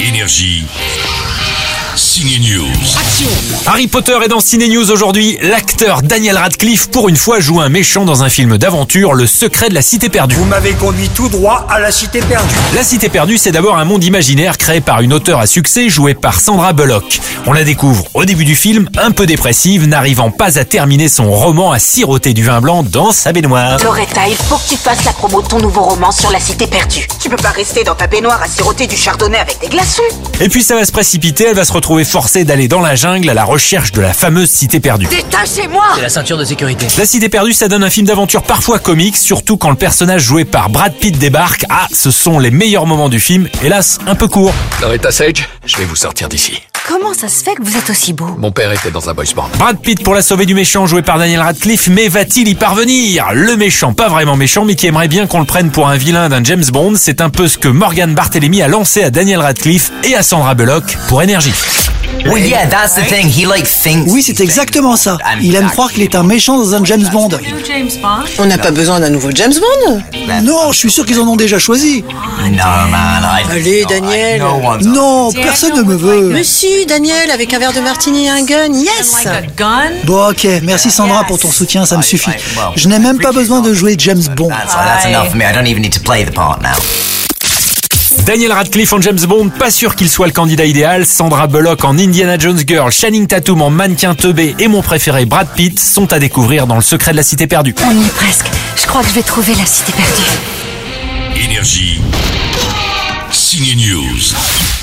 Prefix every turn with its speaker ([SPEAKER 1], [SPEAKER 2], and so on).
[SPEAKER 1] Énergie. Signe News.
[SPEAKER 2] Harry Potter est dans Ciné News aujourd'hui. L'acteur Daniel Radcliffe, pour une fois, joue un méchant dans un film d'aventure, Le secret de la cité perdue.
[SPEAKER 3] Vous m'avez conduit tout droit à la cité perdue.
[SPEAKER 2] La cité perdue, c'est d'abord un monde imaginaire créé par une auteure à succès jouée par Sandra Bullock. On la découvre au début du film, un peu dépressive, n'arrivant pas à terminer son roman à siroter du vin blanc dans sa baignoire.
[SPEAKER 4] Loretta, il faut que tu fasses la promo de ton nouveau roman sur la cité perdue. Tu peux pas rester dans ta baignoire à siroter du chardonnay avec des glaçons.
[SPEAKER 2] Et puis ça va se précipiter, elle va se retrouver forcée d'aller dans la jungle à la recherche de la fameuse cité perdue.
[SPEAKER 4] Détachez-moi
[SPEAKER 5] la ceinture de sécurité.
[SPEAKER 2] La Cité perdue, ça donne un film d'aventure parfois comique, surtout quand le personnage joué par Brad Pitt débarque. Ah, ce sont les meilleurs moments du film, hélas un peu court.
[SPEAKER 6] Loretta Sage, je vais vous sortir d'ici.
[SPEAKER 4] Comment ça se fait que vous êtes aussi beau
[SPEAKER 6] Mon père était dans un boys band.
[SPEAKER 2] Brad Pitt pour la sauver du méchant joué par Daniel Radcliffe, mais va-t-il y parvenir Le méchant, pas vraiment méchant, mais qui aimerait bien qu'on le prenne pour un vilain d'un James Bond, c'est un peu ce que Morgan Barthélemy a lancé à Daniel Radcliffe et à Sandra Bullock pour Énergie.
[SPEAKER 5] Well, yeah, that's the thing. He like thinks.
[SPEAKER 7] Oui, c'est exactement ça. Il aime croire qu'il est un méchant dans un James Bond.
[SPEAKER 8] On n'a pas besoin d'un nouveau James Bond
[SPEAKER 7] Non, je suis sûr qu'ils en ont déjà choisi.
[SPEAKER 5] No, man, I-
[SPEAKER 8] Allez, Daniel.
[SPEAKER 5] No one's-
[SPEAKER 7] Non, personne ne me veut.
[SPEAKER 8] Mais si, Daniel, avec un verre de martini et un gun, yes
[SPEAKER 7] Bon, ok, merci Sandra pour ton soutien, ça me suffit. Je n'ai même pas besoin de jouer James Bond.
[SPEAKER 5] That's, that's enough for me. I don't even need to play the part now.
[SPEAKER 2] Daniel Radcliffe en James Bond, pas sûr qu'il soit le candidat idéal. Sandra Bullock en Indiana Jones Girl, Channing Tatum en Mannequin Teubé et mon préféré Brad Pitt sont à découvrir dans Le Secret de la Cité perdue.
[SPEAKER 4] On y est presque. Je crois que je vais trouver la cité perdue.
[SPEAKER 1] Énergie. Signe News.